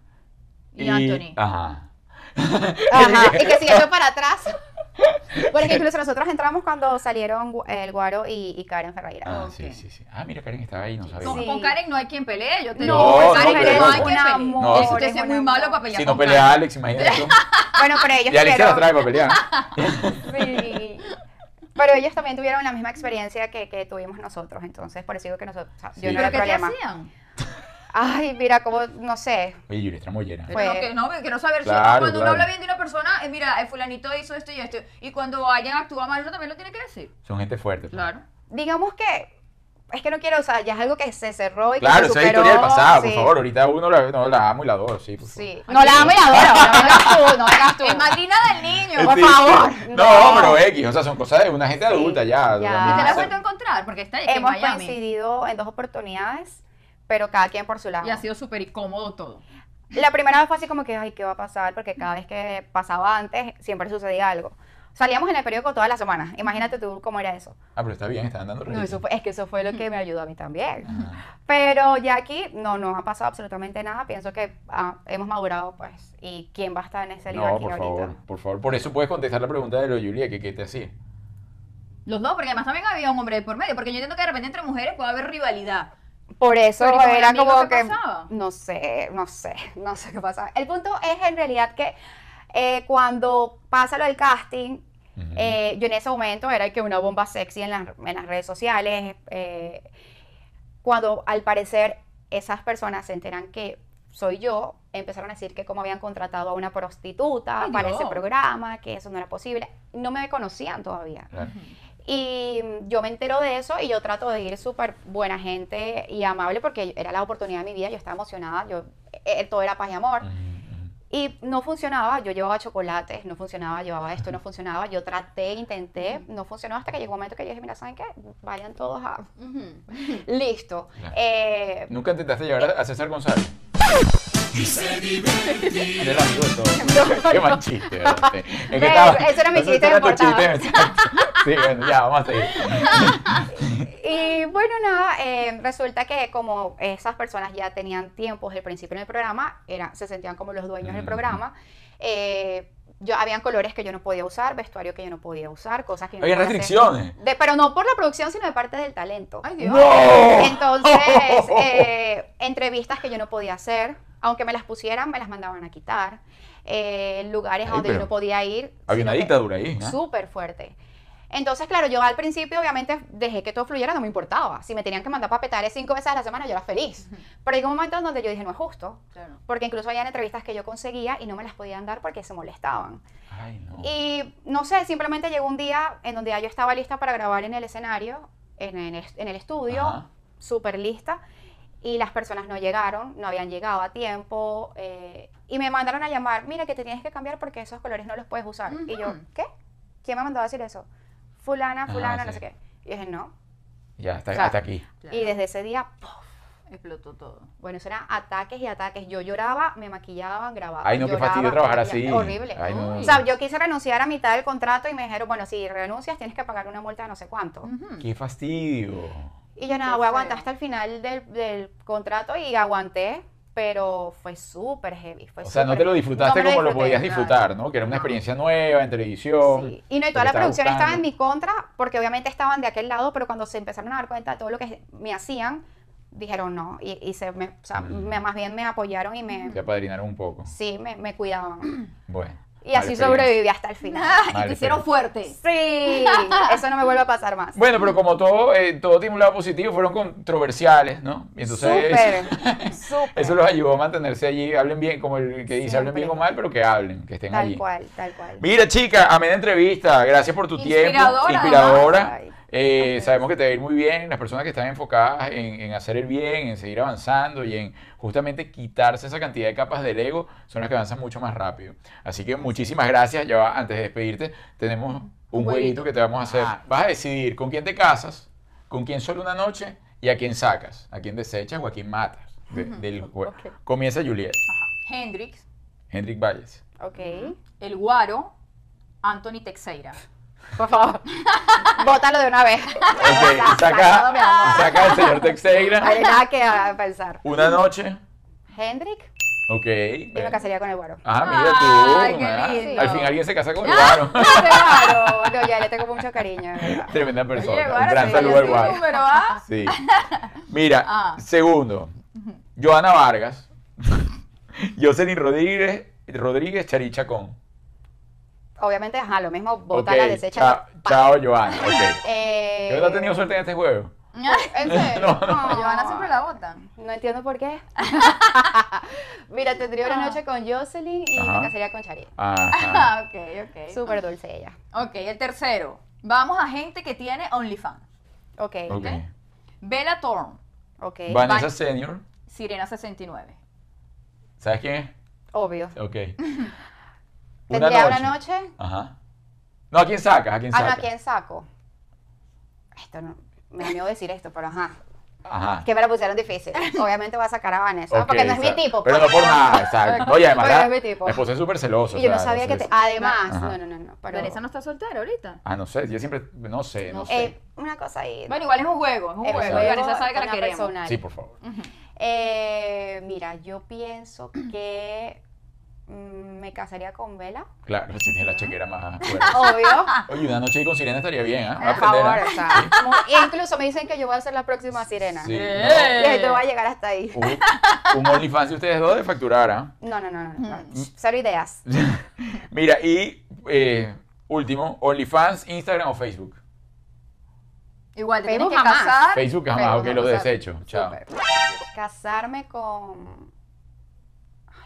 Y Anthony. Ajá. Ajá, y que si eso para atrás. Porque incluso nosotros entramos cuando salieron Gu- el Guaro y, y Karen Ferreira. Ah, Ok. sí, sí, sí. Ah, mira, Karen estaba ahí, no sabía. Con, Sí. pues con Karen no hay quien pelee, yo te No, digo. con no, Karen pero no hay es quien un pelee. amor, Es que usted es es un muy malo amor. para pelear Si con no pelea Karen. Alex, imagínate tú. Bueno, pero ellos Y Alicia la tuvieron- trae para pelear. Sí. Pero ellos también tuvieron la misma experiencia que, que tuvimos nosotros, entonces por eso digo que nosotros, o sea, yo Sí. no ¿Pero era qué el te problema. hacían? Ay, mira, como, no sé, Oye, Yuri, está mollera. Pero no, que no, que quiero saber si Claro, cuando uno claro. habla bien de una persona, eh, mira, el fulanito hizo esto y esto. Y cuando hayan actuado mal, uno también lo tiene que decir. Son gente fuerte. pues. digamos que, es que no quiero, o sea, ya es algo que se cerró y que Claro, esa se es superó, historia del pasado, por sí. favor. Ahorita uno la, no, la amo y la adoro, sí. Por favor. Sí. No la amo y la adoro, no vengas tú, no vengas tú. En madrina del niño. Por Sí, favor, sí. No, no. pero X, o sea, son cosas de una gente Sí, adulta ya. ya. de la ¿Y ¿Te la misma- has vuelto a encontrar? Porque está aquí en Hemos Miami. coincidido en dos oportunidades, pero cada quien por su lado. Y ha sido súper incómodo todo. La primera vez fue así como que, ay, ¿qué va a pasar? Porque cada vez que pasaba antes, siempre sucedía algo. Salíamos en el periódico todas las semanas. Imagínate tú cómo era eso. Ah, pero está bien, están dando Ah. No, eso fue- es que eso fue lo que me ayudó a mí también. Ajá. Pero ya aquí no nos ha pasado absolutamente nada. Pienso que ah, hemos madurado, pues. ¿Y quién va a estar en ese libro No, aquí por ahorita? favor, por favor. Por eso puedes contestar la pregunta de lo de Julia, que qué te hacía. Los dos, porque además también había un hombre de por medio, porque yo entiendo que de repente entre mujeres puede haber rivalidad. Por eso Pero ¿y con el era amigo como qué que. pasaba? No sé, no sé, no sé qué pasaba. El punto es en realidad que eh, cuando pasa lo del casting, Ujú. eh, yo en ese momento era que una bomba sexy en, las- en las redes sociales. eh, cuando al parecer esas personas se enteran que soy yo, empezaron a decir que como habían contratado a una prostituta Ay, para Dios. ese programa, que eso no era posible. No me conocían todavía. Claro. Y mm, yo me entero de eso y yo trato de ir súper buena gente y amable porque era la oportunidad de mi vida, yo estaba emocionada, yo, eh, todo era paz y amor. Ujú, ujú. Y no funcionaba, yo llevaba chocolates, no funcionaba, llevaba esto, no funcionaba, yo traté, intenté, no funcionó hasta que llegó un momento que yo dije, mira, ¿saben qué? Vayan todos a... Ujú. Listo. Claro. Eh, Nunca intentaste llevar a- a César González. Era el amigo de todos. Qué mal chiste. ¿verdad? Sí. Es que Ve, ese era mi ese chiste era de tu portada. chiste. Sí, bueno, ya, vamos a seguir. Y bueno, nada, eh, resulta que como esas personas ya tenían tiempos del principio en el programa, era, se sentían como los dueños del Mm. programa, eh, yo, habían colores que yo no podía usar, vestuario que yo no podía usar, cosas que yo no Había podía hacer. restricciones. De- pero no por la producción, sino de parte del talento. Ay, Dios. ¡No! Entonces, eh, entrevistas que yo no podía hacer, aunque me las pusieran, me las mandaban a quitar. Eh, lugares Ay, a donde yo pero no podía ir. Había sino una que- dictadura ahí, ¿no? súper fuerte. Entonces, claro, yo al principio obviamente dejé que todo fluyera, no me importaba. Si me tenían que mandar papetar cinco veces a la semana, yo era feliz. Pero llegó un momento en donde yo dije, no es justo. Claro. Porque incluso había entrevistas que yo conseguía y no me las podían dar porque se molestaban. Ay, no. Y no sé, simplemente llegó un día en donde ya yo estaba lista para grabar en el escenario, en, en es- en el estudio, Ajá. súper lista, y las personas no llegaron, no habían llegado a tiempo, eh, y me mandaron a llamar, mira que te tienes que cambiar porque esos colores no los puedes usar. Y yo, Ujú. ¿qué? ¿Quién me mandó a decir eso? Fulana, Ajá, fulana, no Ah, sí. sé qué. Y yo dije, no. Ya, hasta, o sea, hasta aquí. Claro. Y desde ese día, ¡puf! Explotó todo. bueno, eso eran ataques y ataques. Yo lloraba, me maquillaban, grababa. Ay, no, qué lloraba, fastidio trabajar me así. maquillaba. Horrible. Ay, no. Uy. O sea, yo quise renunciar a mitad del contrato y me dijeron, bueno, si renuncias tienes que pagar una multa de no sé cuánto. Mm, Ujú. Qué fastidio. Y yo Qué nada, voy a aguantar feo. hasta el final del, del contrato y aguanté, pero fue súper heavy. Fue O sea, no Pues súper te lo heavy. disfrutaste No me como lo disfruté, podías claro. disfrutar, ¿no? Que era una No. experiencia nueva en televisión. Sí. Y no, y lo que toda la estabas producción estaba en buscando. mi contra, porque obviamente estaban de aquel lado, pero cuando se empezaron a dar cuenta de todo lo que me hacían, dijeron no. Y, y se me, o sea, Mm. me- más bien me apoyaron y me, Te apadrinaron un poco. sí, me, me cuidaban. Bueno. Y mala así experiencia. sobreviví hasta el final. y Vale, te hicieron pero- fuerte. Sí, eso no me vuelve a pasar más. Bueno, pero como todo, eh, todo tiene un lado positivo, fueron controversiales, ¿no? Y entonces Súper, súper. eso los ayudó a mantenerse allí, hablen bien, como el que dice, hablen bien o Siempre. mal, pero que hablen, que estén Tal allí. cual, tal cual. Mira, chica, amén la entrevista. Gracias por tu tiempo. Inspiradora, Inspiradora. además. Eh, Ay, sabemos que te va a ir muy bien. Las personas que están enfocadas en, en hacer el bien, en seguir avanzando y en justamente quitarse esa cantidad de capas del ego, son las que avanzan mucho más rápido. Así que muchísimas gracias. Ya va, antes de despedirte, tenemos un jueguito. jueguito que te vamos a hacer. Ah. Vas a decidir con quién te casas, con quién solo una noche y a quién sacas, a quién desechas o a quién matas de- del juego. ok. Comienza Juliet, Hendrix, Hendrik Valles. Ok. El Guaro, Anthony Teixeira. Por favor. Bótalo de una vez. Ok, Sacado, mi saca, amor. saca al señor Texeira. No hay nada que ah, pensar. Una noche. Hendrik, Ok. yo me casaría con el guaro. Ah, Ay, mira tú. qué ah, lindo. Al fin alguien se casa con el guaro. Claro, no, ya le tengo mucho cariño, de verdad. Tremenda persona. Oye, Guaro, Un gran te saludo dio al tu guaro. número, ¿ah? Sí. Mira, Ah. segundo. Joana Vargas. Jocelyn Rodríguez. Rodríguez Charichacón. Obviamente, ajá, lo mismo, Ok. bota la desecha. cha- Chao, Joana. Ok. Eh, Yo no he tenido suerte en este juego. ¿En serio? No, no. A Joana siempre la botan. No entiendo por qué. Mira, tendría una noche con Jocelyn y Ajá. me casaría con Charit. Ajá. Ah, ok, ok. Súper dulce ella. Ok, el tercero. Vamos a gente que tiene OnlyFans. Ok, Ok. Bella Thorne, ok. Vanessa Senior. Sirena 69. ¿Sabes quién es? Obvio. Ok. Tendría una noche. Ajá. No, ¿a quién sacas? ¿A quién Ah, no, sacas? ¿a quién saco? Esto no. Me da miedo decir esto, pero ajá. Ajá. Que me la pusieron difícil. Obviamente voy a sacar a Vanessa. Ok, porque no es mi exacto. tipo. Pero no pues. por nada, exacto. No, y además Porque la, no es mi tipo. la esposa es súper celosa. Y o yo no sea, sabía que te. entonces- Además, Ajá. no, no, no, no. Pero, Vanessa no está soltera ahorita. Ah, no sé, yo siempre, no sé, no, sé. eh, una cosa ahí. Bueno, igual es un juego, es un el juego. juego Y Vanessa sabe que la una queremos. personal. Sí, pues. por favor. Ujú. Eh, mira, yo pienso que mm, me casaría con Vela. Claro, si tienes la chequera más fuerte. Obvio. Oye, una noche con sirena estaría bien, ¿ah? Voy a Por favor, aprender, ¿ah? o sea, mu- e incluso me dicen que yo voy a ser la próxima sirena. Sí, Eh. Y no. ahí te voy a llegar hasta ahí. Uy, un OnlyFans de ustedes dos de facturar, ¿ah? No, no, no, no, no, no. Mm. Cero ideas. Mira, y eh, último, OnlyFans, Instagram o Facebook. Igual, te tienes Facebook que jamás. casar. Facebook jamás, Facebook, ok, no, lo o sea, desecho. Chao. Súper. Casarme con.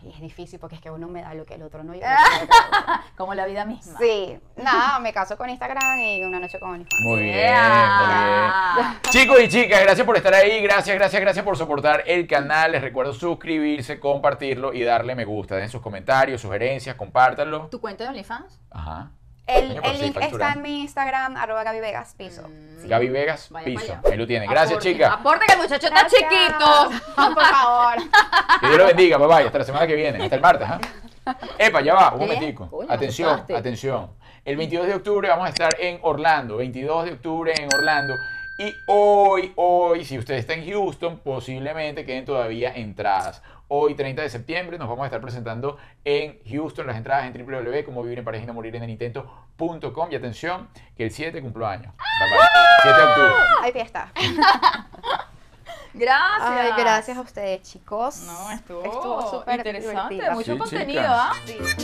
Ay, es difícil porque es que uno me da lo que el otro no. y el otro me da lo que el otro. Como la vida misma. Sí, nada, me caso con Instagram y una noche con OnlyFans. Muy bien, muy bien. Yeah. Chicos y chicas, gracias por estar ahí, gracias, gracias, gracias por soportar el canal. Les recuerdo suscribirse, compartirlo y darle me gusta. Den sus comentarios, sugerencias, compártanlo. ¿Tu cuenta de OnlyFans? Ajá. El, Coño, pero el sí, link factura. está en mi Instagram, arroba Gaby Vegas, piso. Sí. Gaby Vegas, Vaya piso. para allá. Ahí lo tienen. Gracias, Aporte. chicas. Aporte que el muchacho está Gracias. chiquito. Por favor. Que Dios lo bendiga, bye bye. Hasta la semana que viene, hasta el martes. ¿ah? Epa, ya va, un ¿Qué? momentico. Coño, me atención, asustaste. atención. El 22 de octubre vamos a estar en Orlando. 22 de octubre en Orlando. Y hoy, hoy, si usted está en Houston, posiblemente queden todavía entradas. Hoy, 30 de septiembre, nos vamos a estar presentando en Houston las entradas en www, como vivir en pareja y no morir en el intento.com. Y atención, que el 7 cumplo años. Bye, bye. 7 de octubre. Hay fiesta. Gracias. Ay, gracias a ustedes, chicos. No, estuvo, Estuvo súper interesante. divertido. Mucho Sí, contenido, chicas. ¿ah? Sí.